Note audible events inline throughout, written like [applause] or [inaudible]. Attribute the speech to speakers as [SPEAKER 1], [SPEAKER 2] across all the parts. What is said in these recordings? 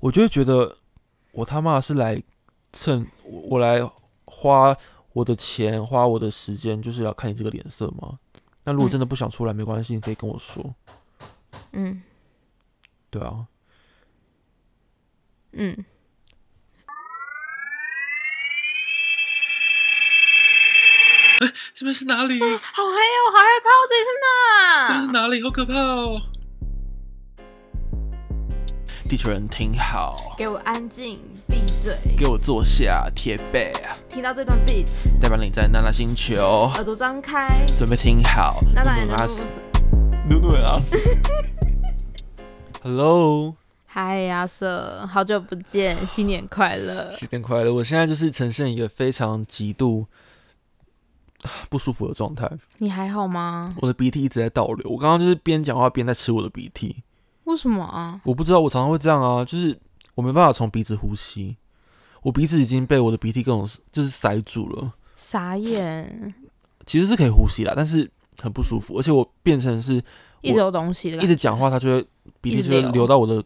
[SPEAKER 1] 我就会觉得我他妈是来蹭我我来花我的钱，花我的时间，就是要看你这个脸色吗？那如果真的不想出来，没关系，你可以跟我说。
[SPEAKER 2] 嗯
[SPEAKER 1] 对啊，
[SPEAKER 2] 嗯，
[SPEAKER 1] 哎这边是哪里？
[SPEAKER 2] 好黑哦，好害怕哦，这里是哪？
[SPEAKER 1] 哪里？好可怕哦！地球人听好，
[SPEAKER 2] 给我安静，闭嘴！
[SPEAKER 1] 给我坐下，铁背，啊
[SPEAKER 2] 听到这段 beat，
[SPEAKER 1] 代表你在娜娜星球，
[SPEAKER 2] 耳朵张开，
[SPEAKER 1] 准备听好。
[SPEAKER 2] 娜娜也
[SPEAKER 1] 努努
[SPEAKER 2] 能
[SPEAKER 1] 阿
[SPEAKER 2] 录
[SPEAKER 1] 斯。努努啊阿斯。Hello，
[SPEAKER 2] 嗨，阿瑟，好久不见，新年快乐！
[SPEAKER 1] 新年快乐！我现在就是呈现一个非常极度啊不舒服的状态，
[SPEAKER 2] [laughs] 你还好吗？
[SPEAKER 1] 我的鼻涕一直在倒流。我刚刚就是边讲话边在吃我的鼻涕，
[SPEAKER 2] 为什么啊？
[SPEAKER 1] 我不知道我常常会这样啊，就是我没办法从鼻子呼吸，我鼻子已经被我的鼻涕各种就是塞住了。
[SPEAKER 2] 傻眼，
[SPEAKER 1] 其实是可以呼吸啦，但是很不舒服，而且我变成是
[SPEAKER 2] 一直有东西的
[SPEAKER 1] 一
[SPEAKER 2] 感觉，
[SPEAKER 1] 直讲话，它就会鼻涕就会
[SPEAKER 2] 一直流
[SPEAKER 1] 流到我的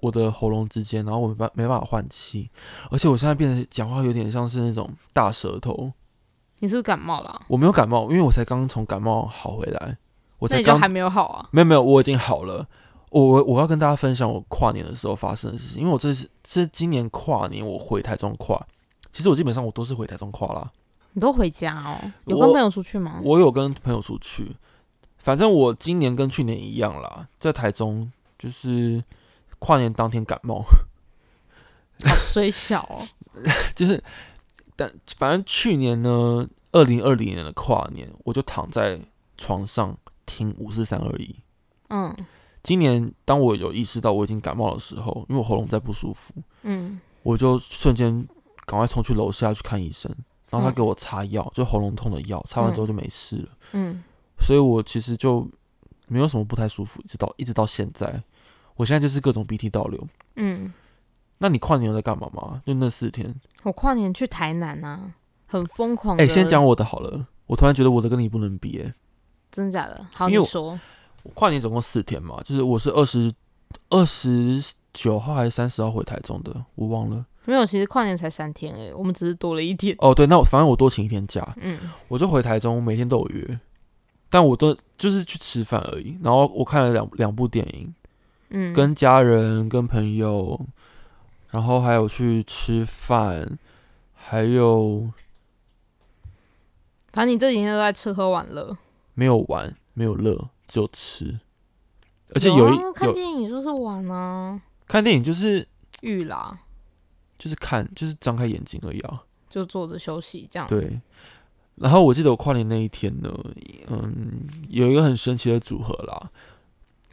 [SPEAKER 1] 我的喉咙之间，然后我没办没办法换气，而且我现在变成讲话有点像是那种大舌头。
[SPEAKER 2] 你是不是感冒了啊、
[SPEAKER 1] 我没有感冒，因为我才刚从感冒好回来，我
[SPEAKER 2] 那
[SPEAKER 1] 才
[SPEAKER 2] 你就
[SPEAKER 1] 刚
[SPEAKER 2] 还没有好啊？
[SPEAKER 1] 没有没有，我已经好了。我我我要跟大家分享我跨年的时候发生的事情，因为我这是这今年跨年我回台中跨，其实我基本上我都是回台中跨啦，
[SPEAKER 2] 你都回家哦？有
[SPEAKER 1] 我
[SPEAKER 2] 跟朋友出去吗？
[SPEAKER 1] 我有跟朋友出去，反正我今年跟去年一样啦，在台中就是跨年当天感冒，
[SPEAKER 2] 好虽小哦，
[SPEAKER 1] 就是但反正去年呢，二零二零年的跨年，我就躺在床上听五四三二一。
[SPEAKER 2] [laughs] 嗯
[SPEAKER 1] 今年当我有意识到我已经感冒的时候，因为我喉咙在不舒服，
[SPEAKER 2] 嗯
[SPEAKER 1] 我就瞬间赶快冲去楼下去看医生，然后他
[SPEAKER 2] 嗯
[SPEAKER 1] 给我擦药，就喉咙痛的药，擦完之后就没事了。
[SPEAKER 2] 嗯，
[SPEAKER 1] 所以我其实就没有什么不太舒服，一直到一直到现在，我现在就是各种鼻涕倒流。
[SPEAKER 2] 嗯，
[SPEAKER 1] 那你跨年有在干嘛吗？就那四天。
[SPEAKER 2] 我跨年去台南啊，很疯狂。
[SPEAKER 1] 哎、先，讲我的好了。我突然觉得我的跟你不能比、欸，
[SPEAKER 2] 真假的？好，
[SPEAKER 1] 因
[SPEAKER 2] 你
[SPEAKER 1] 为我
[SPEAKER 2] 说，
[SPEAKER 1] 我跨年总共四天嘛，就是我是二十二十九号还是三十号回台中的，我忘了。
[SPEAKER 2] 没有，其实跨年才三天而已，我们只是多了一天。
[SPEAKER 1] 哦，对，那我反正我多请一天假，
[SPEAKER 2] [laughs] 嗯
[SPEAKER 1] 我就回台中，每天都有约，但我都就是去吃饭而已。然后我看了两两部电影，
[SPEAKER 2] 嗯，
[SPEAKER 1] 跟家人、跟朋友，然后还有去吃饭，还有
[SPEAKER 2] 反正你这几天都在吃喝玩乐，
[SPEAKER 1] 没有玩，没有乐，只有吃。而且有一
[SPEAKER 2] 啊看电影就是玩啊，
[SPEAKER 1] 看电影就是
[SPEAKER 2] 玉啦
[SPEAKER 1] 就是看就是张开眼睛而已啊。
[SPEAKER 2] 就坐着休息这样。
[SPEAKER 1] 对。然后我记得我跨年那一天呢，嗯，有一个很神奇的组合啦。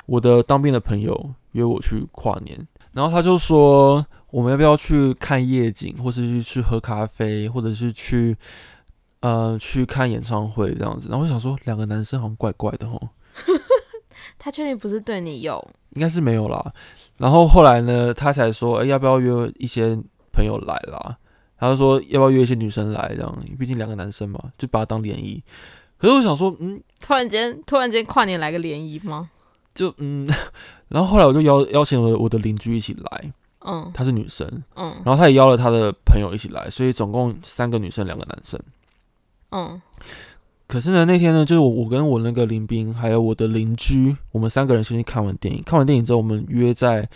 [SPEAKER 1] 我的当兵的朋友约我去跨年，然后他就说我们要不要去看夜景，或是去去喝咖啡，或者是去呃去看演唱会这样子。然后我想说，两个男生好像怪怪的哦吼，
[SPEAKER 2] 他确定不是对你有，
[SPEAKER 1] 应该是没有啦。然后后来呢，他才说，哎、要不要约一些朋友来啦？他就说要不要约一些女生来这样，毕竟两个男生嘛，就把它当联谊。可是我想说，嗯，
[SPEAKER 2] 突然间突然间跨年来个联谊吗？
[SPEAKER 1] 就嗯，然后后来我就邀邀请了我的邻居一起来，
[SPEAKER 2] 嗯
[SPEAKER 1] 她是女生，
[SPEAKER 2] 嗯
[SPEAKER 1] 然后她也邀了她的朋友一起来，所以总共三个女生，两个男生。
[SPEAKER 2] 嗯
[SPEAKER 1] 可是呢，那天呢，就是我我跟我那个林斌还有我的邻居，我们三个人先去看完电影，看完电影之后，我们约在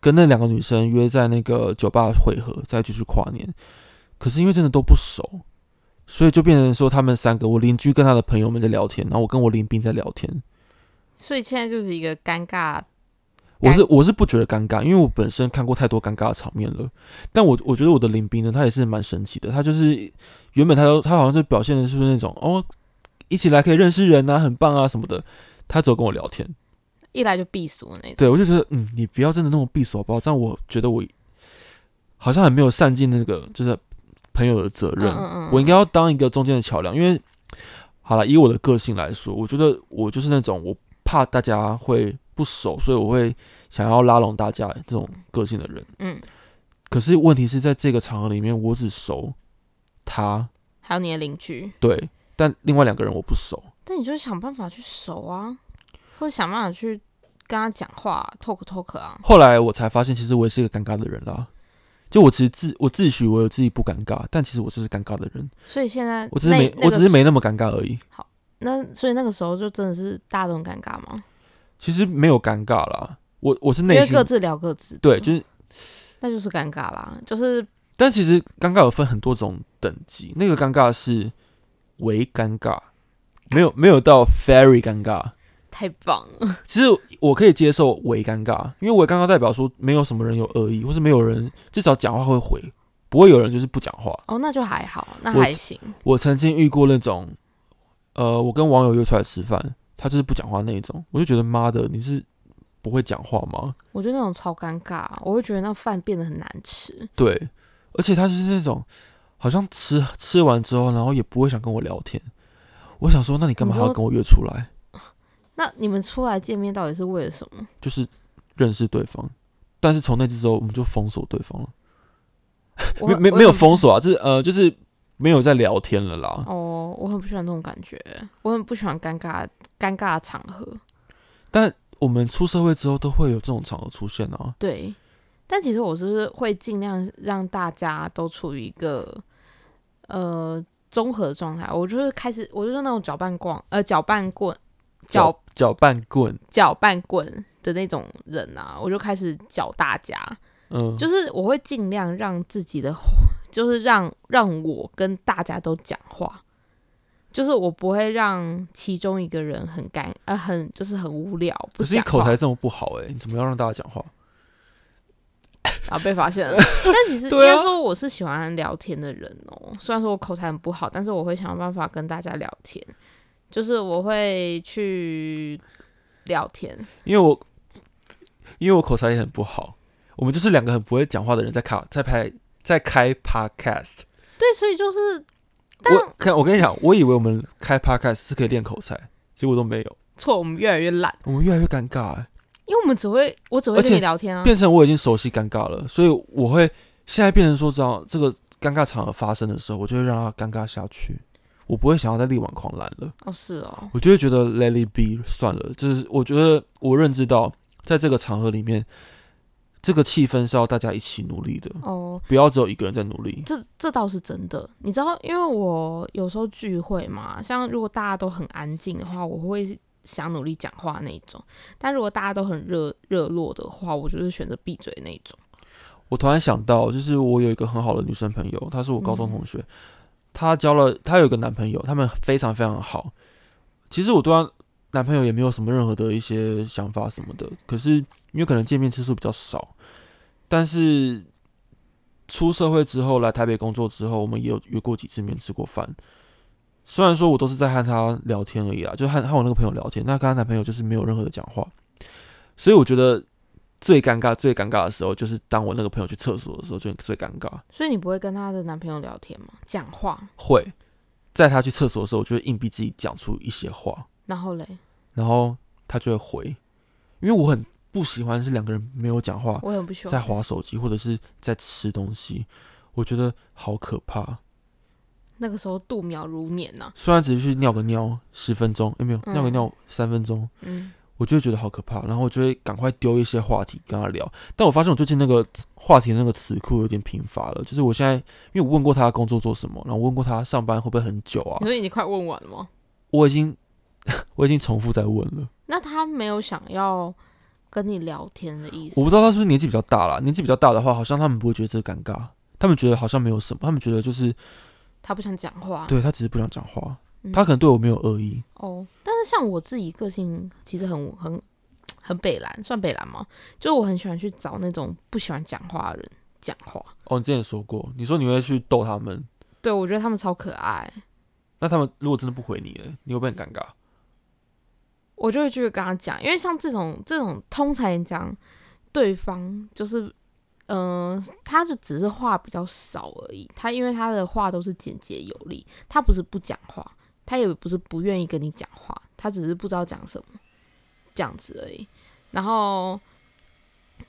[SPEAKER 1] 跟那两个女生约在那个酒吧会合，再继续跨年。可是因为真的都不熟，所以就变成说他们三个，我邻居跟他的朋友们在聊天，然后我跟我林斌在聊天。
[SPEAKER 2] 所以现在就是一个尴尬，
[SPEAKER 1] 我是我是不觉得尴尬，因为我本身看过太多尴尬的场面了。但我我觉得我的林斌呢，他也是蛮神奇的。他就是原本他都他好像是表现的是那种哦，一起来可以认识人啊，很棒啊什么的。他只有跟我聊天，
[SPEAKER 2] 一来就避俗的那种。
[SPEAKER 1] 对我就觉得嗯，你不要真的那么避暑好不好？这样我觉得我好像还没有善尽那个就是朋友的责任。
[SPEAKER 2] 嗯嗯嗯
[SPEAKER 1] 我应该要当一个中间的桥梁，因为好了，以我的个性来说，我觉得我就是那种我怕大家会不熟，所以我会想要拉拢大家这种个性的人。
[SPEAKER 2] 嗯，
[SPEAKER 1] 可是问题是在这个场合里面，我只熟他，
[SPEAKER 2] 还有你的邻居，
[SPEAKER 1] 对，但另外两个人我不熟。
[SPEAKER 2] 但你就想办法去熟啊，或者想办法去跟他讲话，talk talk 啊，
[SPEAKER 1] 后来我才发现，其实我也是一个尴尬的人啦。就我其实自我自诩我有自己不尴尬，但其实我就是尴尬的人，
[SPEAKER 2] 所以现在
[SPEAKER 1] 我只是
[SPEAKER 2] 那
[SPEAKER 1] 没
[SPEAKER 2] 那
[SPEAKER 1] 我
[SPEAKER 2] 个
[SPEAKER 1] 只是
[SPEAKER 2] 时
[SPEAKER 1] 没那么尴尬而已。
[SPEAKER 2] 那，所以那个时候就真的是大家都很尴尬嘛，
[SPEAKER 1] 其实没有尴尬啦，我我是
[SPEAKER 2] 因
[SPEAKER 1] 内
[SPEAKER 2] 为
[SPEAKER 1] 心
[SPEAKER 2] 各自聊各自的，
[SPEAKER 1] 对，就是
[SPEAKER 2] 那就是尴尬啦，就是
[SPEAKER 1] 但其实尴尬有分很多种等级，那个尴尬是微尴尬，没有没有到 very 尴尬。
[SPEAKER 2] 太棒了， [laughs]
[SPEAKER 1] 其实我可以接受微尴尬，因为微尴尬代表说没有什么人有恶意，或是没有人至少讲话会回，不会有人就是不讲话。
[SPEAKER 2] 哦，那就还好，那
[SPEAKER 1] 我
[SPEAKER 2] 还行，
[SPEAKER 1] 我曾经遇过那种，呃，我跟网友约出来吃饭，他就是不讲话那一种，我就觉得妈的，你是不会讲话吗？
[SPEAKER 2] 我觉得那种超尴尬，我会觉得那饭变得很难吃，
[SPEAKER 1] 对，而且他就是那种好像吃吃完之后，然后也不会想跟我聊天。我想说，那你干嘛还
[SPEAKER 2] 你说
[SPEAKER 1] 要跟我约出来？
[SPEAKER 2] 那你们出来见面到底是为了什么？
[SPEAKER 1] 就是认识对方。但是从那次之后，我们就封锁对方了，
[SPEAKER 2] 我
[SPEAKER 1] 没
[SPEAKER 2] 很
[SPEAKER 1] 没
[SPEAKER 2] 我
[SPEAKER 1] 没有
[SPEAKER 2] 很不
[SPEAKER 1] 封锁啊，就是呃，就是没有在聊天了啦。
[SPEAKER 2] 哦，我很不喜欢那种感觉，我很不喜欢尴尬尴尬的场合。
[SPEAKER 1] 我们出社会之后都会有这种场合出现啊，
[SPEAKER 2] 对，但其实我是会尽量让大家都处于一个呃综合状态。我就是开始，我就是那种搅拌棍，呃，搅拌棍，搅
[SPEAKER 1] 搅拌棍，
[SPEAKER 2] 搅拌棍的那种人啊，我就开始搅大家。
[SPEAKER 1] 嗯，
[SPEAKER 2] 就是我会尽量让自己的，就是让让我跟大家都讲话，就是我不会让其中一个人很干，呃，很就是很无聊，不
[SPEAKER 1] 可是你
[SPEAKER 2] 讲
[SPEAKER 1] 口
[SPEAKER 2] 话
[SPEAKER 1] 才这么不好哎、你怎么要让大家讲话？
[SPEAKER 2] 然后被发 [laughs] 现了。但其实应
[SPEAKER 1] 对啊
[SPEAKER 2] 该说我是喜欢聊天的人哦、虽然说我口才很不好，但是我会想办法跟大家聊天，就是我会去聊天。
[SPEAKER 1] 因为我因为我口才也很不好，我们就是两个很不会讲话的人在卡在拍在开 podcast。
[SPEAKER 2] 对，所以就是
[SPEAKER 1] 我看我跟你讲，我以为我们开 podcast 是可以练口才，结果都没有，
[SPEAKER 2] 错，我们越来越懒，
[SPEAKER 1] 我们越来越尴尬、欸，
[SPEAKER 2] 因为我们只会我只会
[SPEAKER 1] 而
[SPEAKER 2] 跟你
[SPEAKER 1] 且
[SPEAKER 2] 聊天啊。
[SPEAKER 1] 变成我已经熟悉尴尬了，所以我会现在变成说，只要这个尴尬场合发生的时候，我就会让它尴尬下去，我不会想要再力挽狂澜了。
[SPEAKER 2] 哦，是哦，
[SPEAKER 1] 我就会觉得 let it be 算了，就是我觉得我认知到，在这个场合里面，这个气氛是要大家一起努力的，
[SPEAKER 2] 哦，
[SPEAKER 1] 不要只有一个人在努力。
[SPEAKER 2] 这这倒是真的，你知道，因为我有时候聚会嘛，像如果大家都很安静的话，我会想努力讲话那一种；但如果大家都很热热络的话，我就是选择闭嘴那一种。
[SPEAKER 1] 我突然想到，就是我有一个很好的女生朋友，她是我高中
[SPEAKER 2] 嗯
[SPEAKER 1] 同学，她交了她有一个男朋友，他们非常非常好。其实我对她男朋友也没有什么任何的一些想法什么的，可是因为可能见面次数比较少，但是出社会之后来台北工作之后，我们也有约过几次面，吃过饭。虽然说我都是在和她聊天而已啦，就和和我那个朋友聊天，那跟她男朋友就是没有任何的讲话，所以我觉得最尴尬、最尴尬的时候，就是当我那个朋友去厕所的时候，就最尴尬。
[SPEAKER 2] 所以你不会跟她的男朋友聊天吗？讲话，
[SPEAKER 1] 会在他去厕所的时候，我就会硬逼自己讲出一些话，
[SPEAKER 2] 然后嘞，
[SPEAKER 1] 然后他就会回，因为我很不喜欢是两个人没有讲话，
[SPEAKER 2] 我很不喜
[SPEAKER 1] 哦在
[SPEAKER 2] 欢。
[SPEAKER 1] 划手机或者是在吃东西，我觉得好可怕。
[SPEAKER 2] 那个时候度秒如年呐、
[SPEAKER 1] 虽然只是去尿个尿十分钟，哎、没有
[SPEAKER 2] 嗯
[SPEAKER 1] 尿个尿三分钟，
[SPEAKER 2] 嗯，
[SPEAKER 1] 我就会觉得好可怕，然后我就会赶快丢一些话题跟他聊。但我发现我最近那个话题的那个词库有点贫乏了，就是我现在因为我问过他工作做什么，然后我问过他上班会不会很久啊
[SPEAKER 2] 你，说你快问完了吗？
[SPEAKER 1] 我已经 [laughs] 我已经重复在问了。
[SPEAKER 2] 那他没有想要跟你聊天的意思
[SPEAKER 1] 我不知道他是不是年纪比较大啦，年纪比较大的话，好像他们不会觉得这个尴尬，他们觉得好像没有什么，他们觉得就是
[SPEAKER 2] 他不想讲话。
[SPEAKER 1] 对他只是不想讲话，
[SPEAKER 2] 啊嗯，
[SPEAKER 1] 他可能对我没有恶意。
[SPEAKER 2] 哦，但是像我自己个性其实很很很北蓝，算北蓝吗？就是我很喜欢去找那种不喜欢讲话的人讲话。
[SPEAKER 1] 哦，你之前说过，你说你会去逗他们，
[SPEAKER 2] 对，我觉得他们超可爱，
[SPEAKER 1] 那他们如果真的不回你了，你会不会很尴尬？
[SPEAKER 2] 我就会继续跟他讲，因为像这种这种通常讲对方就是。嗯、他就只是话比较少而已。他因为他的话都是简洁有力，他不是不讲话，他也不是不愿意跟你讲话，他只是不知道讲什么。这样子而已。然后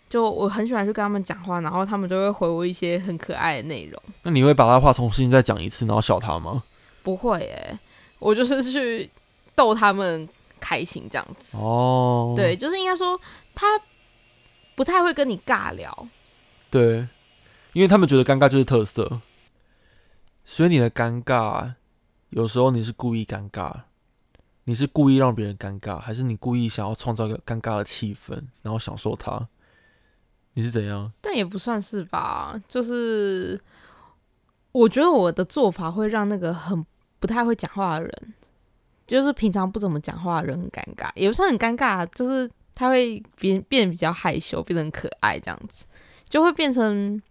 [SPEAKER 2] 就我很喜欢去跟他们讲话，然后他们就会回我一些很可爱的内容。
[SPEAKER 1] 那你会把他话重新再
[SPEAKER 2] 欸
[SPEAKER 1] 讲一次，然后笑他吗？
[SPEAKER 2] 不会诶、我就是去逗他们开心这样子。
[SPEAKER 1] 哦，
[SPEAKER 2] 对，就是应该说他不太会跟你尬聊，
[SPEAKER 1] 对，因为他们觉得尴尬就是特色，所以你的尴尬，有时候你是故意尴尬，你是故意让别人尴尬，还是你故意想要创造一个尴尬的气氛，然后享受它？你是怎样？
[SPEAKER 2] 但也不算是吧。就是我觉得我的做法会让那个很不太会讲话的人，就是平常不怎么讲话的人很尴尬，也不算很尴尬，啊就是他会变变得比较害羞，变得很可爱这样子，就会变成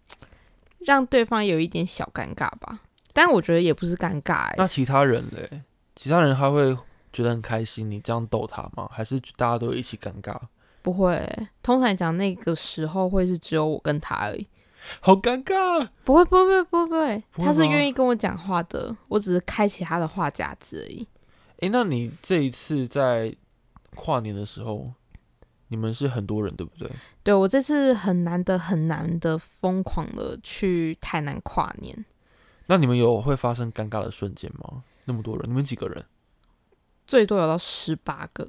[SPEAKER 2] 让对方有一点小尴尬吧。但我觉得也不是尴尬、欸，
[SPEAKER 1] 那其他人嘞？其他人他会觉得很开心，你这样逗他吗？还是大家都一起尴尬？
[SPEAKER 2] 不会，通常讲那个时候会是只有我跟他而已。
[SPEAKER 1] 好尴尬！
[SPEAKER 2] 不会，不会，不会，不会，
[SPEAKER 1] 不会
[SPEAKER 2] 他是
[SPEAKER 1] 吗
[SPEAKER 2] 愿意跟我讲话的，我只是开启他的话匣子而已。
[SPEAKER 1] 诶，那你这一次在跨年的时候，你们是很多人对不对？
[SPEAKER 2] 对我这次很难得、很难得疯狂的去台南跨年，
[SPEAKER 1] 那你们有会发生尴尬的瞬间吗？那么多人，你们几个人？
[SPEAKER 2] 最多有到十八个。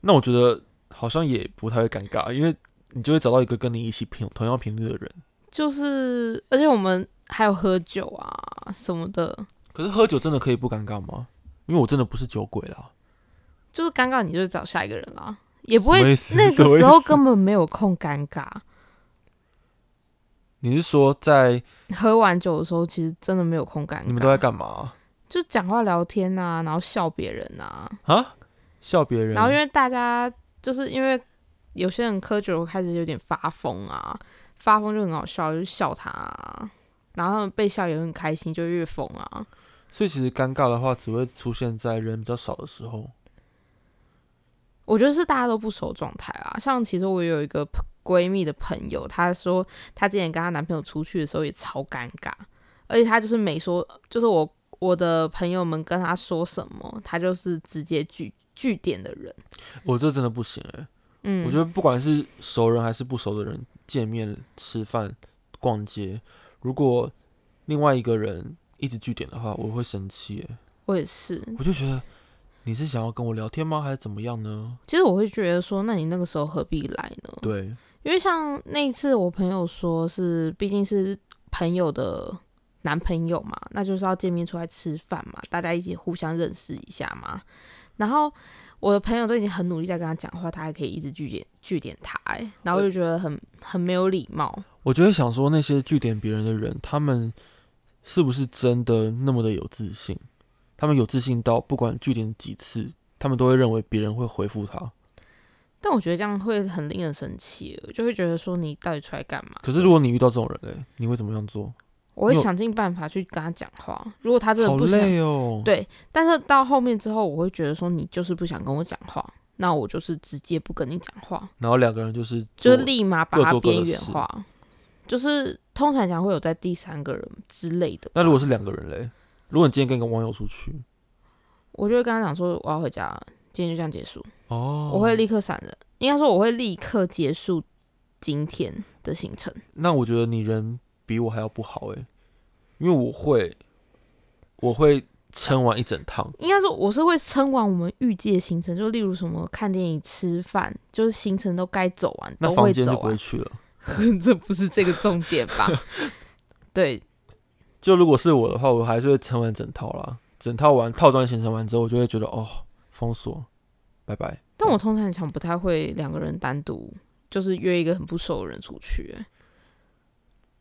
[SPEAKER 1] 那我觉得好像也不太会尴尬，因为你就会找到一个跟你一起频同样频率的人。
[SPEAKER 2] 就是，而且我们还有喝酒啊什么的，
[SPEAKER 1] 可是喝酒真的可以不尴尬吗？因为我真的不是酒鬼啦。
[SPEAKER 2] 就是尴尬你就找下一个人啦，也不会
[SPEAKER 1] 什么意思
[SPEAKER 2] 那
[SPEAKER 1] 什么
[SPEAKER 2] 个
[SPEAKER 1] 意
[SPEAKER 2] 时候
[SPEAKER 1] 思
[SPEAKER 2] 根本没有空尴尬。
[SPEAKER 1] 你是说在
[SPEAKER 2] 喝完酒的时候，其实真的没有空尴尬。
[SPEAKER 1] 你们都在干嘛
[SPEAKER 2] 就讲话聊天呐、然后笑别人呐、
[SPEAKER 1] 啊？笑别人？
[SPEAKER 2] 然后因为大家就是因为有些人喝酒开始有点发疯啊，发疯就很好笑，就笑他、啊，然后他们被笑也很开心，就越疯啊。
[SPEAKER 1] 所以其实尴尬的话，只会出现在人比较少的时候。
[SPEAKER 2] 我觉得是大家都不熟状态啊。像其实我有一个朋闺蜜的朋友，她说她之前跟她男朋友出去的时候也超尴尬，而且她就是每说，就是我我的朋友们跟她说什么，她就是直接拒拒点的人。
[SPEAKER 1] 我这真的不行欸诶、
[SPEAKER 2] 嗯，
[SPEAKER 1] 我觉得不管是熟人还是不熟的人见面、吃饭、逛街，如果另外一个人一直据点的话，我会生气耶。
[SPEAKER 2] 我也是，
[SPEAKER 1] 我就觉得你是想要跟我聊天吗，还是怎么样呢？
[SPEAKER 2] 其实我会觉得说，那你那个时候何必来呢？
[SPEAKER 1] 对，
[SPEAKER 2] 因为像那一次，我朋友说是，毕竟是朋友的男朋友嘛，那就是要见面出来吃饭嘛，大家一起互相认识一下嘛。然后我的朋友都已经很努力在跟他讲话，他还可以一直拒点拒点他、欸，然后我就觉得很很没有礼貌。
[SPEAKER 1] 我就会想说，那些据点别人的人，他们是不是真的那么的有自信？他们有自信到不管据点几次，他们都会认为别人会回复他。
[SPEAKER 2] 但我觉得这样会很令人生气，我就会觉得说你到底出来干嘛？
[SPEAKER 1] 可是如果你遇到这种人，哎，你会怎么样做？
[SPEAKER 2] 我会
[SPEAKER 1] 你有
[SPEAKER 2] 想尽办法去跟他讲话。如果他真的
[SPEAKER 1] 好
[SPEAKER 2] 不想
[SPEAKER 1] 累哦。
[SPEAKER 2] 对但是到后面之后，我会觉得说你就是不想跟我讲话，那我就是直接不跟你讲话，
[SPEAKER 1] 然后两个人就是
[SPEAKER 2] 就
[SPEAKER 1] 做
[SPEAKER 2] 是立马把
[SPEAKER 1] 各
[SPEAKER 2] 它
[SPEAKER 1] 做各的
[SPEAKER 2] 边缘化。就是通常讲会有在第三个人之类的吧。
[SPEAKER 1] 那如果是两个人嘞？如果你今天跟一个网友出去，
[SPEAKER 2] 我就会跟他讲说我要回家，今天就这样结束，
[SPEAKER 1] 哦，
[SPEAKER 2] 我会立刻闪人。应该说我会立刻结束今天的行程。
[SPEAKER 1] 那我觉得你人比我还要不好诶，因为我会，我会撑完一整趟。
[SPEAKER 2] 应该说我是会撑完我们预计的行程，就例如什么看电影、吃饭，就是行程都该走完
[SPEAKER 1] 那
[SPEAKER 2] 都
[SPEAKER 1] 房
[SPEAKER 2] 会
[SPEAKER 1] 间就
[SPEAKER 2] 走
[SPEAKER 1] 不
[SPEAKER 2] 啊
[SPEAKER 1] 会
[SPEAKER 2] 完。 [laughs]
[SPEAKER 1] 去了。
[SPEAKER 2] 这不是这个重点
[SPEAKER 1] [laughs]
[SPEAKER 2] 吧？对，
[SPEAKER 1] 就如果是我的话，我还是会撑完整套啦。整套完套装行程完之后，我就会觉得哦，封锁，拜拜。
[SPEAKER 2] 但我通常想不太会两个人单独，就是约一个很不熟的人出去、欸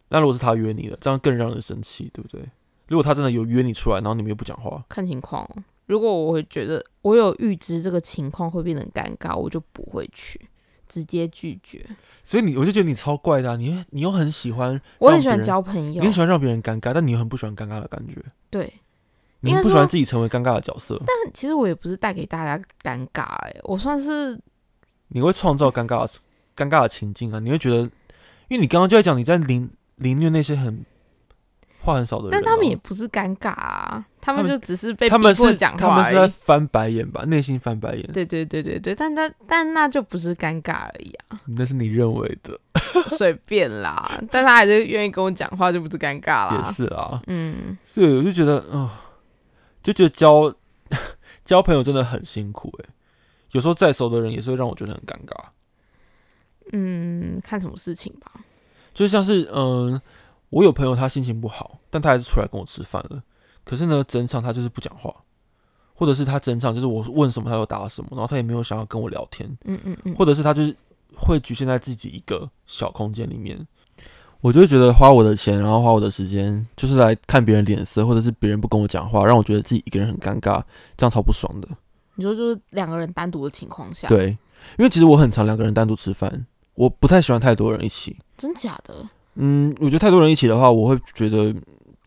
[SPEAKER 1] 那如果是他约你了，这样更让人生气，对不对？如果他真的有约你出来，然后你们又不讲话，
[SPEAKER 2] 看情况哦。如果我会觉得我有预知这个情况会变得很尴尬，我就不会去，直接拒绝。
[SPEAKER 1] 所以你我就觉得你超怪的、啊，你你又很喜欢，
[SPEAKER 2] 我很喜
[SPEAKER 1] 让别
[SPEAKER 2] 欢
[SPEAKER 1] 人
[SPEAKER 2] 交朋
[SPEAKER 1] 你
[SPEAKER 2] 友
[SPEAKER 1] 很，喜欢让别人尴尬，但你又很不喜欢尴尬的感觉。
[SPEAKER 2] 对。
[SPEAKER 1] 你
[SPEAKER 2] 应该
[SPEAKER 1] 不喜
[SPEAKER 2] 说
[SPEAKER 1] 欢自己成为尴尬的角色，
[SPEAKER 2] 但其实我也不是带给大家尴尬、欸，我算是
[SPEAKER 1] 你会创造尴尬的尴尬的情境啊！你会觉得，因为你刚刚就在讲你在凌凌虐那些很话很少的人啊、
[SPEAKER 2] 但他们也不是尴尬啊，他们
[SPEAKER 1] 他
[SPEAKER 2] 就只是被逼
[SPEAKER 1] 他们
[SPEAKER 2] 迫
[SPEAKER 1] 是
[SPEAKER 2] 讲
[SPEAKER 1] 他
[SPEAKER 2] 话
[SPEAKER 1] 们
[SPEAKER 2] 而
[SPEAKER 1] 是在
[SPEAKER 2] 已。
[SPEAKER 1] 翻白眼吧，内心翻白眼，
[SPEAKER 2] 对对对对对，但但但那就不是尴尬而已啊，
[SPEAKER 1] 那是你认为的， [laughs]
[SPEAKER 2] 随便啦。但他还是愿意跟我讲话，就不是尴尬
[SPEAKER 1] 也
[SPEAKER 2] 啦。
[SPEAKER 1] 是啊。
[SPEAKER 2] 嗯，
[SPEAKER 1] 所以我就觉哦 [laughs] 得，啊、就觉得交交朋友真的很辛苦诶、有时候再熟的人也是会让我觉得很尴尬。
[SPEAKER 2] 嗯，看什么事情吧。
[SPEAKER 1] 就像是嗯，我有朋友他心情不好，但他还是出来跟我吃饭了。可是呢，整场他就是不讲话，或者是他整场就是我问什么他就答什么，然后他也没有想要跟我聊天，
[SPEAKER 2] 嗯嗯嗯，
[SPEAKER 1] 或者是他就是会局限在自己一个小空间里面。我就会觉得花我的钱，然后花我的时间，就是来看别人脸色，或者是别人不跟我讲话，让我觉得自己一个人很尴尬，这样超不爽的。
[SPEAKER 2] 你说就是两个人单独的情况下，，
[SPEAKER 1] 对，因为其实我很常两个人单独吃饭，我不太喜欢太多人一起。
[SPEAKER 2] 真假的？
[SPEAKER 1] 嗯，我觉得太多人一起的话，我会觉得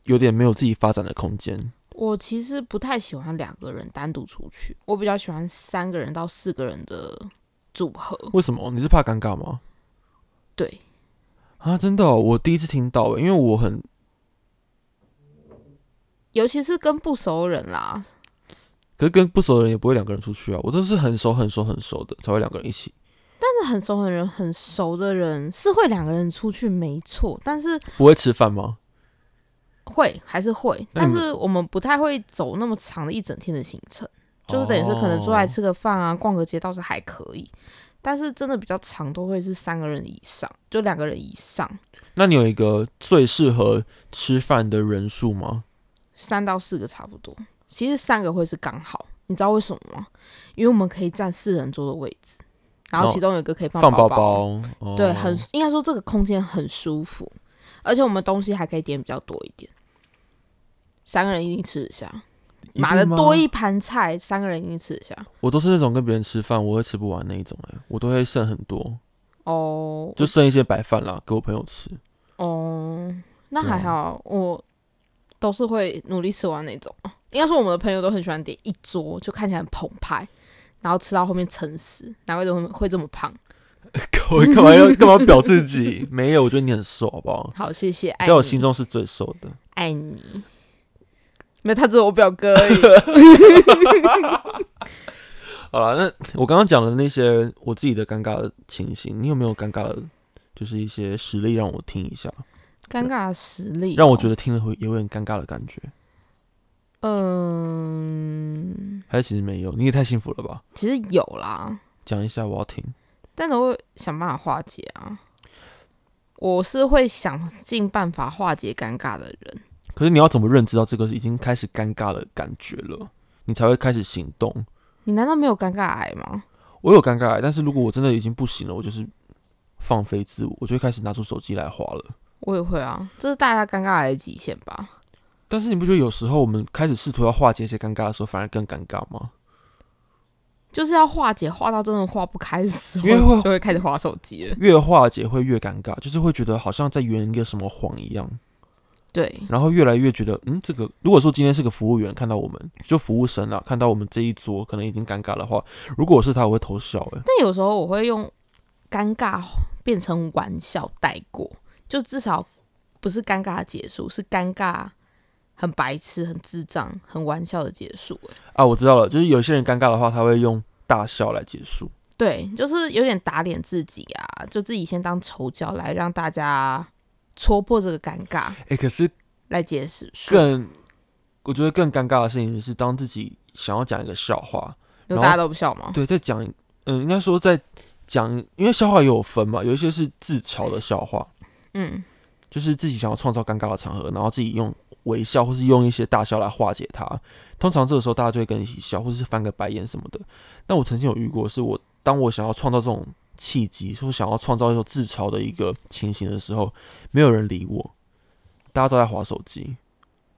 [SPEAKER 1] 有点没有自己发展的空间。
[SPEAKER 2] 我其实不太喜欢两个人单独出去，我比较喜欢三个人到四个人的组合。
[SPEAKER 1] 为什么？你是怕尴尬吗？
[SPEAKER 2] 对，
[SPEAKER 1] 啊，真的哦、我第一次听到欸，因为我很
[SPEAKER 2] 尤其是跟不熟的人啦，
[SPEAKER 1] 可是跟不熟的人也不会两个人出去啊，我都是很熟很熟很熟的才会两个人一起，
[SPEAKER 2] 但是很熟的人很熟的人是会两个人出去没错，但是
[SPEAKER 1] 不会吃饭吗？
[SPEAKER 2] 会还是会，
[SPEAKER 1] 那你
[SPEAKER 2] 但
[SPEAKER 1] 们
[SPEAKER 2] 是我们不太会走那么长的一整天的行程，就是等于是可能出来
[SPEAKER 1] 哦
[SPEAKER 2] 吃个饭啊，逛个街倒是还可以，但是真的比较长都会是三个人以上，就两个人以上，
[SPEAKER 1] 那你有一个最适合吃饭的人数吗？
[SPEAKER 2] 三到四个差不多。其实三个会是刚好，你知道为什么吗？因为我们可以占四人桌的位置，然后
[SPEAKER 1] 哦
[SPEAKER 2] 其中有一个可以放
[SPEAKER 1] 放
[SPEAKER 2] 包
[SPEAKER 1] 包，哦、
[SPEAKER 2] 对，很应该说这个空间很舒服，而且我们东西还可以点比较多一点，三个人一定吃得下。
[SPEAKER 1] 一
[SPEAKER 2] 妈
[SPEAKER 1] 定
[SPEAKER 2] 的，
[SPEAKER 1] 吗
[SPEAKER 2] 多一盘菜，三个人一定吃得下。
[SPEAKER 1] 我都是那种跟别人吃饭我会吃不完那一种、欸，我都会剩很多，
[SPEAKER 2] 哦，
[SPEAKER 1] 就剩一些白饭啦，给我朋友吃。
[SPEAKER 2] 哦，那
[SPEAKER 1] 对啊
[SPEAKER 2] 还好，我都是会努力吃完那种。应该说我们的朋友都很喜欢点一桌，就看起来很澎湃，然后吃到后面撑死，难怪都会会这么胖。
[SPEAKER 1] 我 [laughs] 干嘛要干嘛表自 [laughs] 己？没有，我觉得你很瘦，好不好？
[SPEAKER 2] 好，谢谢，爱
[SPEAKER 1] 在我心
[SPEAKER 2] 你，
[SPEAKER 1] 中是最瘦的。
[SPEAKER 2] 爱你。没有，他只是我表哥而已。
[SPEAKER 1] 好了，那我刚刚讲的那些我自己的尴尬的情形，你有没有尴尬的，就是一些实例让我听一下，
[SPEAKER 2] [laughs] 尴尬的实力、哦
[SPEAKER 1] 让我觉
[SPEAKER 2] 得，
[SPEAKER 1] 得听了会有点尴尬的感觉？
[SPEAKER 2] 嗯，
[SPEAKER 1] 还是其实没有？你也太幸福了吧！
[SPEAKER 2] 其实有啦，
[SPEAKER 1] 讲一下，我要听。
[SPEAKER 2] 但是我会想办法化解啊。我是会想尽办法化解尴尬的人。
[SPEAKER 1] 可是你要怎么认知到这个是已经开始尴尬的感觉了，你才会开始行动？
[SPEAKER 2] 你难道没有尴尬癌吗？
[SPEAKER 1] 我有尴尬欸，但是如果我真的已经不行了，我就是放飞自我，我就会开始拿出手机来划了。
[SPEAKER 2] 我也会啊，这是大家尴尬癌的极限吧？
[SPEAKER 1] 但是你不觉得有时候我们开始试图要化解一些尴尬的时候，反而更尴尬吗？
[SPEAKER 2] 就是要化解，化到真的化不开的时候，
[SPEAKER 1] 因为会
[SPEAKER 2] 就会开始划手机了。
[SPEAKER 1] 越化解会越尴尬，就是会觉得好像在圆一个什么谎一样，
[SPEAKER 2] 对，
[SPEAKER 1] 然后越来越觉得，嗯，这个如果说今天是个服务员看到我们，就服务生啊，看到我们这一桌可能已经尴尬的话，如果我是他，我会偷笑、欸，
[SPEAKER 2] 但有时候我会用尴尬变成玩笑带过，就至少不是尴尬的结束，是尴尬很白痴、很智障、很玩笑的结束。欸
[SPEAKER 1] 啊，我知道了，就是有些人尴尬的话，他会用大笑来结束，
[SPEAKER 2] 对，就是有点打脸自己啊，就自己先当丑角来让大家戳破这个尴尬，
[SPEAKER 1] 哎、可是
[SPEAKER 2] 来解释说，
[SPEAKER 1] 更，我觉得更尴尬的事情是，当自己想要讲一个笑话，
[SPEAKER 2] 就
[SPEAKER 1] 然后
[SPEAKER 2] 大家都不笑吗？
[SPEAKER 1] 对，在讲，嗯，应该说在讲，因为笑话也有分嘛，有一些是自嘲的笑话，
[SPEAKER 2] 嗯，
[SPEAKER 1] 就是自己想要创造尴尬的场合，然后自己用微笑或是用一些大笑来化解它。通常这个时候大家就会跟你一起笑，或者是翻个白眼什么的。但我曾经有遇过，是我当我想要创造这种契机，说想要创造一种自嘲的一个情形的时候，没有人理我，大家都在划手机。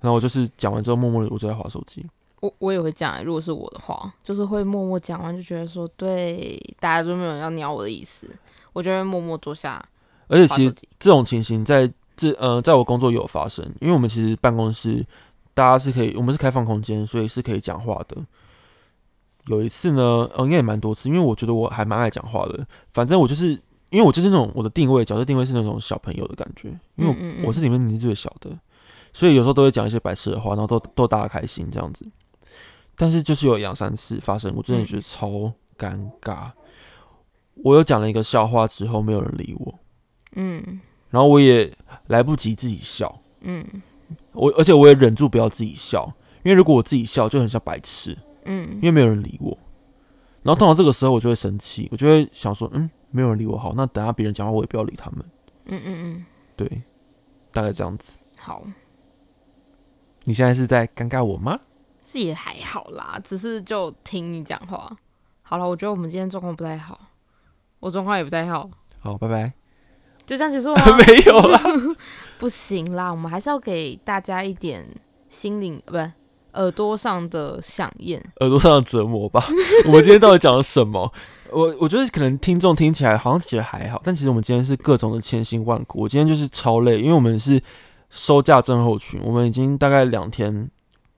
[SPEAKER 1] 然后我就是讲完之后，默默的我就在划手机。
[SPEAKER 2] 我我也会这样、欸如果是我的话，就是会默默讲完，就觉得说，对，大家都没有要鸟我的意思，我就会默默坐下
[SPEAKER 1] 而且
[SPEAKER 2] 划
[SPEAKER 1] 其
[SPEAKER 2] 手
[SPEAKER 1] 实
[SPEAKER 2] 机。
[SPEAKER 1] 这种情形在这呃，在我工作也有发生，因为我们其实办公室大家是可以，我们是开放空间，所以是可以讲话的。有一次呢，呃，应该也蛮多次，因为我觉得我还蛮爱讲话的。反正我就是，因为我就是那种我的定位角色定位是那种小朋友的感觉，因为我
[SPEAKER 2] 嗯嗯嗯
[SPEAKER 1] 我是里面年纪最小的，所以有时候都会讲一些白痴的话，然后都逗大家开心这样子。但是就是有两三次发生，我真的觉
[SPEAKER 2] 嗯
[SPEAKER 1] 得超尴尬。我有讲了一个笑话之后，没有人理我，
[SPEAKER 2] 嗯
[SPEAKER 1] 然后我也来不及自己笑，
[SPEAKER 2] 嗯
[SPEAKER 1] 我而且我也忍住不要自己笑，因为如果我自己笑就很像白痴，因
[SPEAKER 2] 嗯，
[SPEAKER 1] 为没有人理我。然后通常这个时候我就会生气，我就会想说，嗯，没有人理我好，那等下别人讲话我也不要理他们，
[SPEAKER 2] 嗯嗯
[SPEAKER 1] 对，大概这样子。
[SPEAKER 2] 嗯，好，
[SPEAKER 1] 你现在是在尴尬我吗？
[SPEAKER 2] 是也还好啦，只是就听你讲话。好了，我觉得我们今天状况不太好，我状况也不太好，
[SPEAKER 1] 好，拜拜。
[SPEAKER 2] 就这样结束吗？
[SPEAKER 1] [laughs] 没有啦，
[SPEAKER 2] 不行啦，我们还是要给大家一点心灵，呃不是耳朵上的响应。
[SPEAKER 1] 耳朵上的折磨吧。我们今天到底讲了什么？我我觉得可能听众听起来好像其实还好，但其实我们今天是各种的千辛万苦。我今天就是超累，因为我们是收假症候群，我们已经大概两天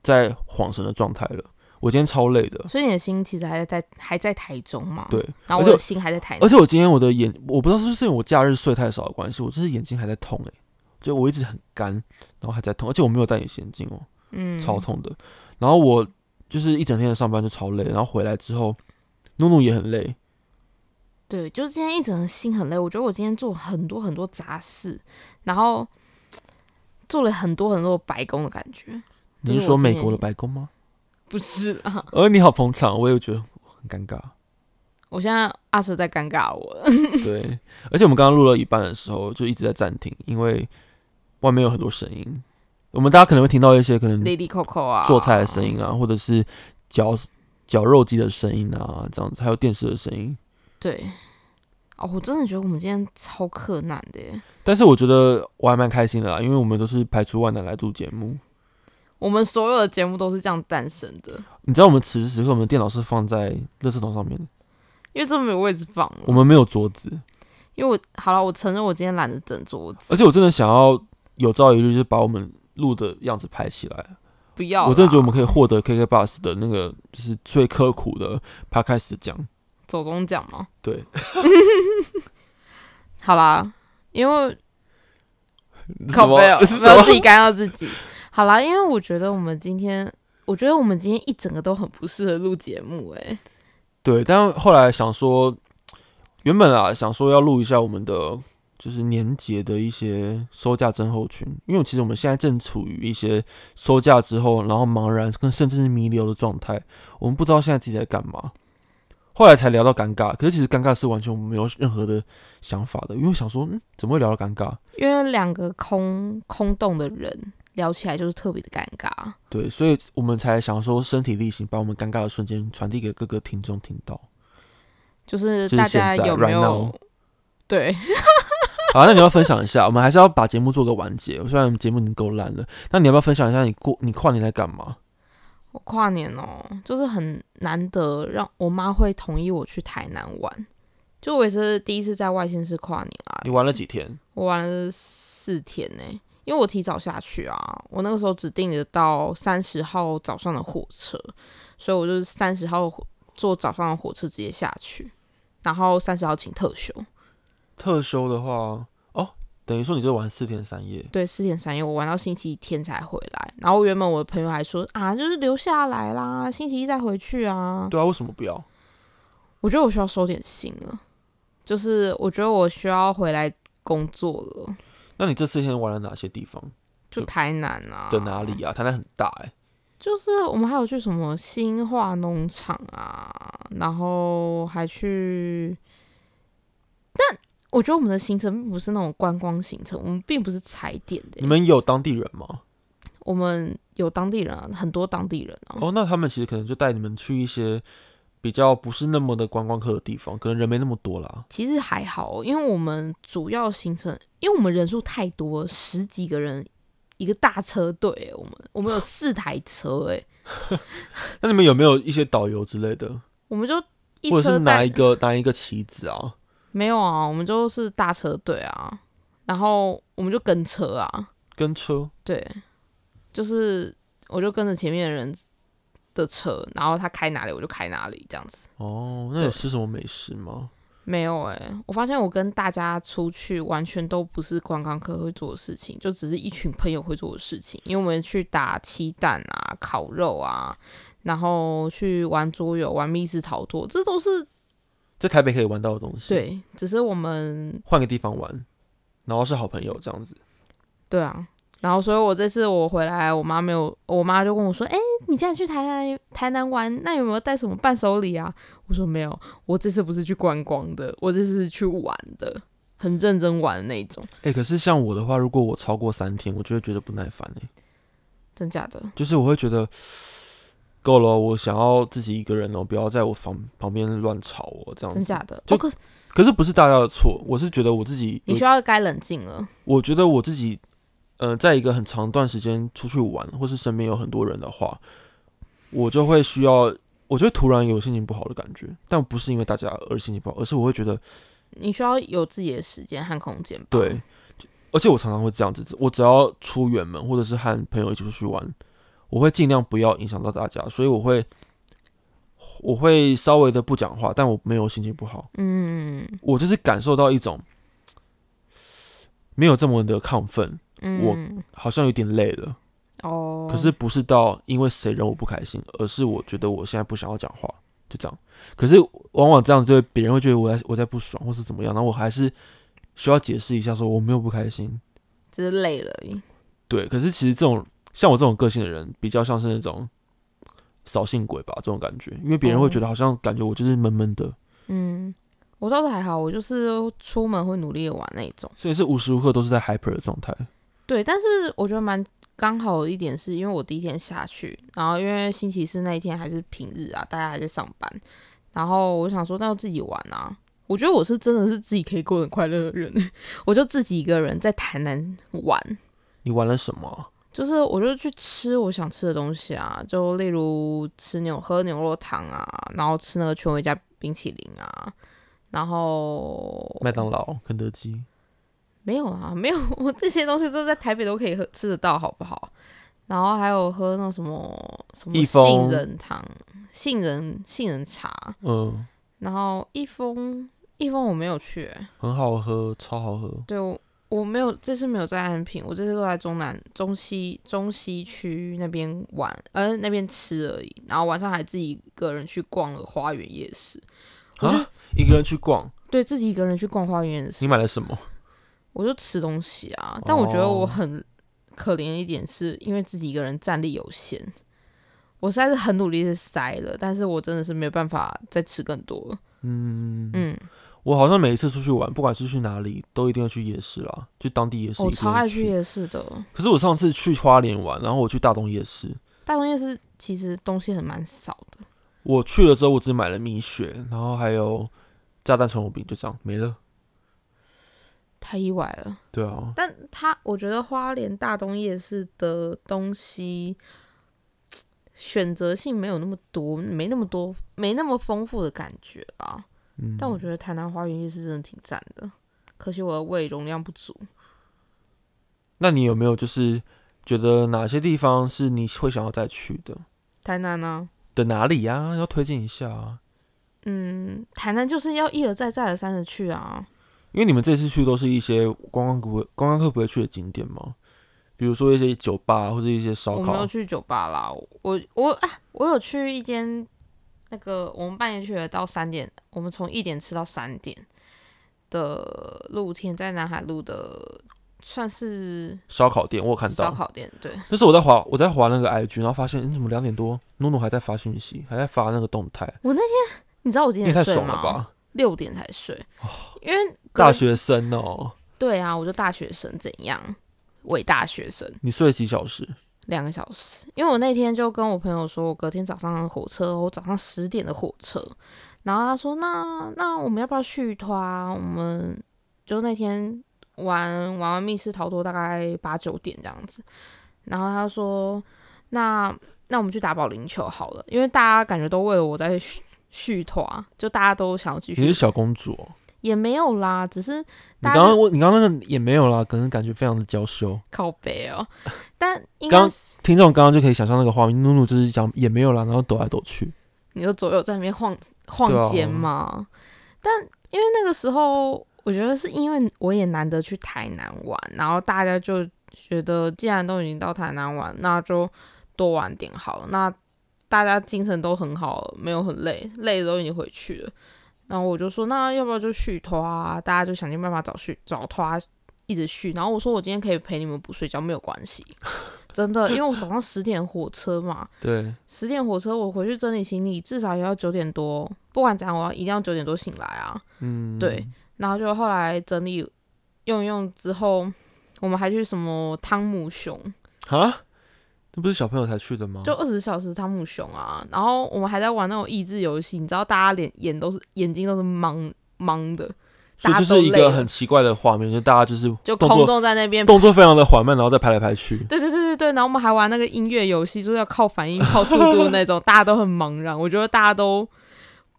[SPEAKER 1] 在恍神的状态了。我今天超累的，
[SPEAKER 2] 所以你的心其实还在还在台中嘛？
[SPEAKER 1] 对。
[SPEAKER 2] 然后
[SPEAKER 1] 而
[SPEAKER 2] 我
[SPEAKER 1] 且
[SPEAKER 2] 的心还在台
[SPEAKER 1] 而
[SPEAKER 2] 南。
[SPEAKER 1] 且我今天我的眼，我不知道是不是因为我假日睡太少的关系，我就是眼睛还在痛哎、就我一直很干，然后还在痛，而且我没有戴隐形眼镜哦、
[SPEAKER 2] 嗯，
[SPEAKER 1] 超痛的。然后我就是一整天的上班就超累，然后回来之后，诺诺也很累，
[SPEAKER 2] 对，就是今天一整个心很累。我觉得我今天做很多很多杂事，然后做了很多很多白工的感觉。
[SPEAKER 1] 你是
[SPEAKER 2] 这是
[SPEAKER 1] 说
[SPEAKER 2] 我今
[SPEAKER 1] 美
[SPEAKER 2] 年
[SPEAKER 1] 国的
[SPEAKER 2] 心啊
[SPEAKER 1] 白宫吗？
[SPEAKER 2] 不是啦，
[SPEAKER 1] 而你好捧场，我也觉得很尴尬。
[SPEAKER 2] [laughs] 我现在阿蛇在尴尬我
[SPEAKER 1] 嗯
[SPEAKER 2] 了。
[SPEAKER 1] 对，而且我们刚刚录到一半的时候就一直在暂停，因为外面有很多声音，我们大家可能会听到一些可能
[SPEAKER 2] [laughs] Lady Coco 啊，
[SPEAKER 1] 做菜的声音啊，或者是绞绞肉机的声音啊，这样子，还有电视的声音。
[SPEAKER 2] 对，哦，我真的觉得我们今天超克难的耶。
[SPEAKER 1] 但是我觉得我还蛮开心的啦，因为我们都是排除万难来录节目。
[SPEAKER 2] 我们所有的节目都是这样诞生的，
[SPEAKER 1] 你知道我们此时此刻我们的电脑是放在垃圾桶上面的，
[SPEAKER 2] 因为这没有位置放了。
[SPEAKER 1] 我们没有桌子，
[SPEAKER 2] 因为我好了，我承认我今天懒得整桌
[SPEAKER 1] 而
[SPEAKER 2] 子，
[SPEAKER 1] 且我真的想要有朝一日就把我们录的样子拍起来。
[SPEAKER 2] 不要啦。
[SPEAKER 1] 我真的觉得我们可以获得 KK Bus 的那个就是最刻苦的 Podcast 奖。
[SPEAKER 2] 走中奖吗？ [laughs]
[SPEAKER 1] 对，
[SPEAKER 2] 好啦，因为
[SPEAKER 1] 什 [laughs]
[SPEAKER 2] 靠
[SPEAKER 1] 么
[SPEAKER 2] 背哦，
[SPEAKER 1] 什
[SPEAKER 2] 不要
[SPEAKER 1] 么
[SPEAKER 2] 自己干到自己。好啦，因为我觉得我们今天，我觉得我们今天一整个都很不适合录节目、欸，哎，
[SPEAKER 1] 对，但后来想说，原本啊想说要录一下我们的就是年节的一些收假症候群，因为其实我们现在正处于一些收假之后，然后茫然跟甚至是弥留的状态，我们不知道现在自己在干嘛。后来才聊到尴尬，可是其实尴尬是完全我们没有任何的想法的，因为想说，嗯，怎么会聊到尴尬？
[SPEAKER 2] 因为两个空空洞的人聊起来就是特别的尴尬。
[SPEAKER 1] 对，所以我们才想说身体力行，把我们尴尬的瞬间传递给各个听众听到。
[SPEAKER 2] 就是
[SPEAKER 1] 就是
[SPEAKER 2] 大家
[SPEAKER 1] 现在
[SPEAKER 2] 有没
[SPEAKER 1] right
[SPEAKER 2] 有
[SPEAKER 1] now
[SPEAKER 2] 对，
[SPEAKER 1] 好，啊那你要分享一下，我们还是要把节目做个完结。虽然我们节目已经够烂了，那你要不要分享一下你过你跨年在干嘛？
[SPEAKER 2] 我跨年哦，就是很难得让我妈会同意我去台南玩，就我也是第一次在外县市跨年啊，
[SPEAKER 1] 你玩了几天？
[SPEAKER 2] 我玩了四天呢、因为我提早下去啊，我那个时候只订得到三十号早上的火车，所以我就是三十号火坐早上的火车直接下去，然后三十号请特休，
[SPEAKER 1] 特休的话，哦，等于说你就玩四天三夜。
[SPEAKER 2] 对，四点三夜我玩到星期天才回来，然后原本我的朋友还说啊，就是留下来啦，星期一再回去啊，
[SPEAKER 1] 对啊，为什么不要？
[SPEAKER 2] 我觉得我需要收点心了，就是我觉得我需要回来工作了，
[SPEAKER 1] 那你这四天玩了哪些地方？
[SPEAKER 2] 就台南啊
[SPEAKER 1] 的哪？里啊？台南很大哎、
[SPEAKER 2] 就是我们还有去什么新化农场啊，然后还去，但我觉得我们的行程并不是那种观光行程，我们并不是踩点的
[SPEAKER 1] 你
[SPEAKER 2] 欸，
[SPEAKER 1] 们有当地人吗？
[SPEAKER 2] 我们有当地人、啊，很多当地人啊，
[SPEAKER 1] 哦，那他们其实可能就带你们去一些比较不是那么的观光客的地方，可能人没那么多啦。
[SPEAKER 2] 其实还好，哦因为我们主要行程，因为我们人数太多了，十几个人一个大车队欸、我们我们有四台车、欸，
[SPEAKER 1] 那你们有没有一些导游之类的，
[SPEAKER 2] 我们就一
[SPEAKER 1] 或者
[SPEAKER 2] 车
[SPEAKER 1] 是拿
[SPEAKER 2] 带
[SPEAKER 1] 一个拿一个旗子啊？
[SPEAKER 2] 没有啊，我们就是大车队啊，然后我们就跟车啊，
[SPEAKER 1] 跟车，
[SPEAKER 2] 对，就是我就跟着前面的人的车，然后他开哪里我就开哪里这样子。
[SPEAKER 1] 哦，那
[SPEAKER 2] 对
[SPEAKER 1] 有吃什么美食吗？
[SPEAKER 2] 没有诶、我发现我跟大家出去完全都不是观光客会做的事情，就只是一群朋友会做的事情。因为我们去打鸡蛋啊、烤肉啊，然后去玩桌游、玩密室逃脱，这都是
[SPEAKER 1] 在台北可以玩到的东西，，
[SPEAKER 2] 对，只是我们
[SPEAKER 1] 换个地方玩，然后是好朋友这样子。
[SPEAKER 2] 对啊，然后，所以我这次我回来，我妈没有，我妈就跟我说：“哎、你现在去台南台南玩，那有没有带什么伴手礼啊？”我说：“没有，我这次不是去观光的，我这次是去玩的，很认真玩的那一种。
[SPEAKER 1] 哎、可是像我的话，如果我超过三天，我就会觉得不耐烦哎、”
[SPEAKER 2] 真假的？
[SPEAKER 1] 就是我会觉得够了，哦我想要自己一个人哦，不要在我房旁边乱吵我这样
[SPEAKER 2] 真
[SPEAKER 1] 子。
[SPEAKER 2] 假的？
[SPEAKER 1] 就
[SPEAKER 2] 哦，可是
[SPEAKER 1] 可是不是大家的错，我是觉得我自己
[SPEAKER 2] 你
[SPEAKER 1] 有，
[SPEAKER 2] 需要该冷静了。
[SPEAKER 1] 我觉得我自己，呃，在一个很长段时间出去玩，或是身边有很多人的话，我就会需要，我就会突然有心情不好的感觉，但不是因为大家而心情不好，而是我会觉得
[SPEAKER 2] 你需要有自己的时间和空间吧。
[SPEAKER 1] 对，就而且我常常会这样子，我只要出远门或者是和朋友一起出去玩，我会尽量不要影响到大家，所以我会我会稍微的不讲话，但我没有心情不好，
[SPEAKER 2] 嗯，
[SPEAKER 1] 我就是感受到一种没有这么的亢奋，我
[SPEAKER 2] 嗯
[SPEAKER 1] 好像有点累了，
[SPEAKER 2] 我哦，
[SPEAKER 1] 可是不是到因为谁惹我不开心，而是我觉得我现在不想要讲话，就这样。可是往往这样就会别人会觉得我在我在不爽或是怎么样，然后我还是需要解释一下，说我没有不开心。
[SPEAKER 2] 只是累了而已。
[SPEAKER 1] 对，可是其实这种像我这种个性的人，比较像是那种扫兴鬼吧，这种感觉，因为别人会
[SPEAKER 2] 哦
[SPEAKER 1] 觉得好像感觉我就是闷闷的，
[SPEAKER 2] 嗯，我倒是还好，我就是出门会努力地玩那一种。
[SPEAKER 1] 所以是无时无刻都是在 hyper 的状态。
[SPEAKER 2] 对，但是我觉得蛮刚好的一点是，因为我第一天下去，然后因为星期四那一天还是平日啊，大家还在上班，然后我想说，那就自己玩啊。我觉得我是真的是自己可以过得很快乐的人，我就自己一个人在台南玩，
[SPEAKER 1] 你玩了什么啊？
[SPEAKER 2] 就是我就去吃我想吃的东西啊，就例如吃牛喝牛肉汤啊，然后吃那个全味家冰淇淋啊，然后
[SPEAKER 1] 麦当劳、肯德基，
[SPEAKER 2] 没有啦，没有， [laughs] 我这些东西都在台北都可以喝吃得到，好不好？然后还有喝那种什么什么
[SPEAKER 1] 益丰
[SPEAKER 2] 杏仁糖、杏仁杏仁茶，
[SPEAKER 1] 嗯，
[SPEAKER 2] 然后一封一封我没有去、欸
[SPEAKER 1] 很好喝，超好喝。
[SPEAKER 2] 对我我没有这次没有在安平，我这次都在中南中西中西区那边玩，呃那边吃而已，然后晚上还自己一个人去逛了花园夜市，我觉得
[SPEAKER 1] 啊，一个人去逛，
[SPEAKER 2] 对自己一个人去逛花园夜市
[SPEAKER 1] 你，买了什么？
[SPEAKER 2] 我就吃东西啊，但我觉得我
[SPEAKER 1] 哦
[SPEAKER 2] 很可怜一点，是因为自己一个人战力有限，我实在是很努力的塞了，但是我真的是没有办法再吃更多了。
[SPEAKER 1] 嗯，
[SPEAKER 2] 嗯，
[SPEAKER 1] 我好像每一次出去玩，不管是去哪里，都一定要去夜市啦，去当地夜市。
[SPEAKER 2] 我
[SPEAKER 1] 一定
[SPEAKER 2] 哦超
[SPEAKER 1] 会
[SPEAKER 2] 爱去。夜市的，
[SPEAKER 1] 可是我上次去花莲玩，然后我去大东夜市，
[SPEAKER 2] 大东夜市其实东西很蛮少的，
[SPEAKER 1] 我去了之后，我只买了米雪，然后还有炸弹葱油饼，就这样没了。
[SPEAKER 2] 太意外了。
[SPEAKER 1] 对啊，
[SPEAKER 2] 但它我觉得花莲大东夜市的东西选择性没有那么多，没那么多，没那么丰富的感觉啊。
[SPEAKER 1] 嗯，
[SPEAKER 2] 但我觉得台南花园夜市真的挺赞的，可惜我的胃容量不足。
[SPEAKER 1] 那你有没有就是觉得哪些地方是你会想要再去的？
[SPEAKER 2] 台南呢、
[SPEAKER 1] 的哪里呀、要推荐一下啊，
[SPEAKER 2] 嗯，台南就是要一而再再而三的去啊。
[SPEAKER 1] 因为你们这次去都是一些观光客观光客不会去的景点嘛，比如说一些酒吧或者一些烧
[SPEAKER 2] 我没有
[SPEAKER 1] 烤。
[SPEAKER 2] 去酒吧啦，我我啊，我有去一间那个我们半夜去了到三点，我们从一点吃到三点的露天，在南海路的算是
[SPEAKER 1] 烧烤店，我有看
[SPEAKER 2] 烧
[SPEAKER 1] 到。
[SPEAKER 2] 烤店，对，
[SPEAKER 1] 那是我在滑，我在滑那个 IG，然后发现，嗯，怎么两点多，诺诺还在发讯息，还在发那个动态，
[SPEAKER 2] 你知道我今
[SPEAKER 1] 你也
[SPEAKER 2] 天
[SPEAKER 1] 太
[SPEAKER 2] 睡
[SPEAKER 1] 爽了
[SPEAKER 2] 吗？
[SPEAKER 1] 吧！哦
[SPEAKER 2] 六点才睡，因为隔
[SPEAKER 1] 大学生哦，
[SPEAKER 2] 对啊，我就大学生怎样，伪大学生。
[SPEAKER 1] 你睡了几小时？
[SPEAKER 2] 两个小时，因为我那天就跟我朋友说，我隔天早上的火车，我早上十点的火车，然后他说，那那我们要不要续拖啊？我们就那天玩玩完密室逃脱，大概八九点这样子，然后他说，那那我们去打保龄球好了，因为大家感觉都为了我在续续拖啊，就大家都想要继
[SPEAKER 1] 你是
[SPEAKER 2] 续，
[SPEAKER 1] 小公主哦。
[SPEAKER 2] 也没有啦，只是
[SPEAKER 1] 你
[SPEAKER 2] 大
[SPEAKER 1] 刚
[SPEAKER 2] 家
[SPEAKER 1] 刚问，你刚刚那个也没有啦，可能感觉非常的娇羞。
[SPEAKER 2] 靠背哦，但应该
[SPEAKER 1] 刚听众刚刚就可以想象那个画面，露露就是讲也没有啦，然后抖来抖去。
[SPEAKER 2] 你就左右在那边晃晃肩嘛。但因为那个时候，我觉得是因为我也难得去台南玩，然后大家就觉得既然都已经到台南玩，那就多玩点好了。那大家精神都很好了，没有很累，累的都已经回去了。然后我就说，那要不要就续拖啊？大家就想尽办法找续找拖一直续，然后我说我今天可以陪你们不睡觉，没有关系，真的，因为我早上十点火车嘛，
[SPEAKER 1] 对，
[SPEAKER 2] 十点火车我回去整理行李，至少也要九点多，不管怎样，我要一定要九点多醒来啊。
[SPEAKER 1] 嗯，
[SPEAKER 2] 对，然后就后来整理用一用之后，我们还去什么汤姆熊，
[SPEAKER 1] 啊，那不是小朋友才去的吗？
[SPEAKER 2] 就二十小时汤姆熊啊，然后我们还在玩那种益智游戏，你知道大家脸眼都是眼睛都是茫茫的，
[SPEAKER 1] 所以
[SPEAKER 2] 大
[SPEAKER 1] 就
[SPEAKER 2] 家
[SPEAKER 1] 是一
[SPEAKER 2] 都累
[SPEAKER 1] 个
[SPEAKER 2] 了
[SPEAKER 1] 很奇怪的画面，就大家就是
[SPEAKER 2] 就
[SPEAKER 1] 动
[SPEAKER 2] 空
[SPEAKER 1] 作
[SPEAKER 2] 洞在那边。
[SPEAKER 1] 动作非常的缓慢，然后再拍来拍去。
[SPEAKER 2] 对对对对对，然后我们还玩那个音乐游戏，就是要靠反应、靠速度的那种，大家都很茫然。我觉得大家都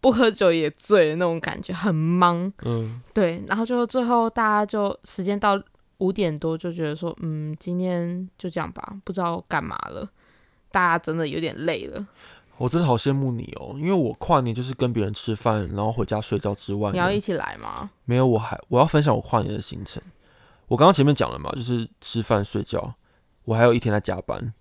[SPEAKER 2] 不喝酒也醉的那种感觉，很茫。
[SPEAKER 1] 嗯，
[SPEAKER 2] 对，然后就最后大家就时间到五点多，就觉得说，嗯，今天就这样吧，不知道干嘛了，大家真的有点累了。
[SPEAKER 1] 我真的好羡慕你哦，因为我跨年就是跟别人吃饭，然后回家睡觉之外呢，
[SPEAKER 2] 你要一起来吗？
[SPEAKER 1] 没有我还我要分享我跨年的行程。我刚刚前面讲了嘛，就是吃饭睡觉，我还有一天在加班，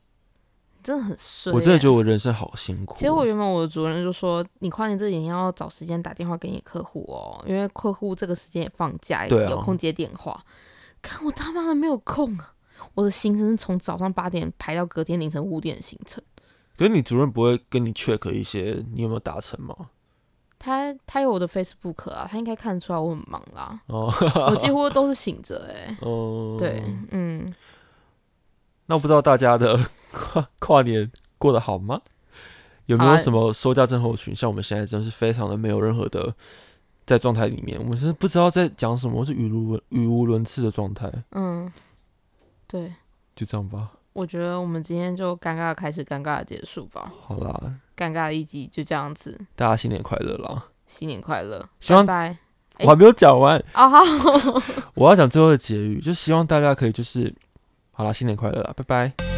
[SPEAKER 2] 真的很衰、欸
[SPEAKER 1] 我真的觉得我人生好辛苦哦。
[SPEAKER 2] 其实我原本我的主任就说，你跨年这几天要找时间打电话给你客户哦，因为客户这个时间也放假，
[SPEAKER 1] 对啊
[SPEAKER 2] 有空接电话。看我他妈的没有空啊！我的行程是从早上八点排到隔天凌晨五点的行程。
[SPEAKER 1] 可是你主任不会跟你 check 一些你有没有达成吗？
[SPEAKER 2] 他他有我的 Facebook 啊，他应该看得出来我很忙啦。
[SPEAKER 1] 哦， [laughs]
[SPEAKER 2] [laughs] 我几乎都是醒着哎、
[SPEAKER 1] 嗯，
[SPEAKER 2] 对，嗯，
[SPEAKER 1] 那不知道大家的 [laughs] 跨跨年过得好吗？有没有
[SPEAKER 2] 啊
[SPEAKER 1] 什么收假症候群？像我们现在真的是非常的没有任何的在状态里面，我们真的不知道在讲什么，是语无伦语无伦次的状态。
[SPEAKER 2] 嗯，对，
[SPEAKER 1] 就这样吧，
[SPEAKER 2] 我觉得我们今天就尴尬地开始，尴尬的结束吧，
[SPEAKER 1] 好啦，
[SPEAKER 2] 尴尬的一集就这样子，
[SPEAKER 1] 大家新年快乐啦！
[SPEAKER 2] 新年快乐，
[SPEAKER 1] 希望
[SPEAKER 2] 拜哎
[SPEAKER 1] 我还没有讲完，
[SPEAKER 2] 拜啊！好
[SPEAKER 1] 我要讲最后的结语，就希望大家可以就是，好啦，新年快乐啦，拜拜。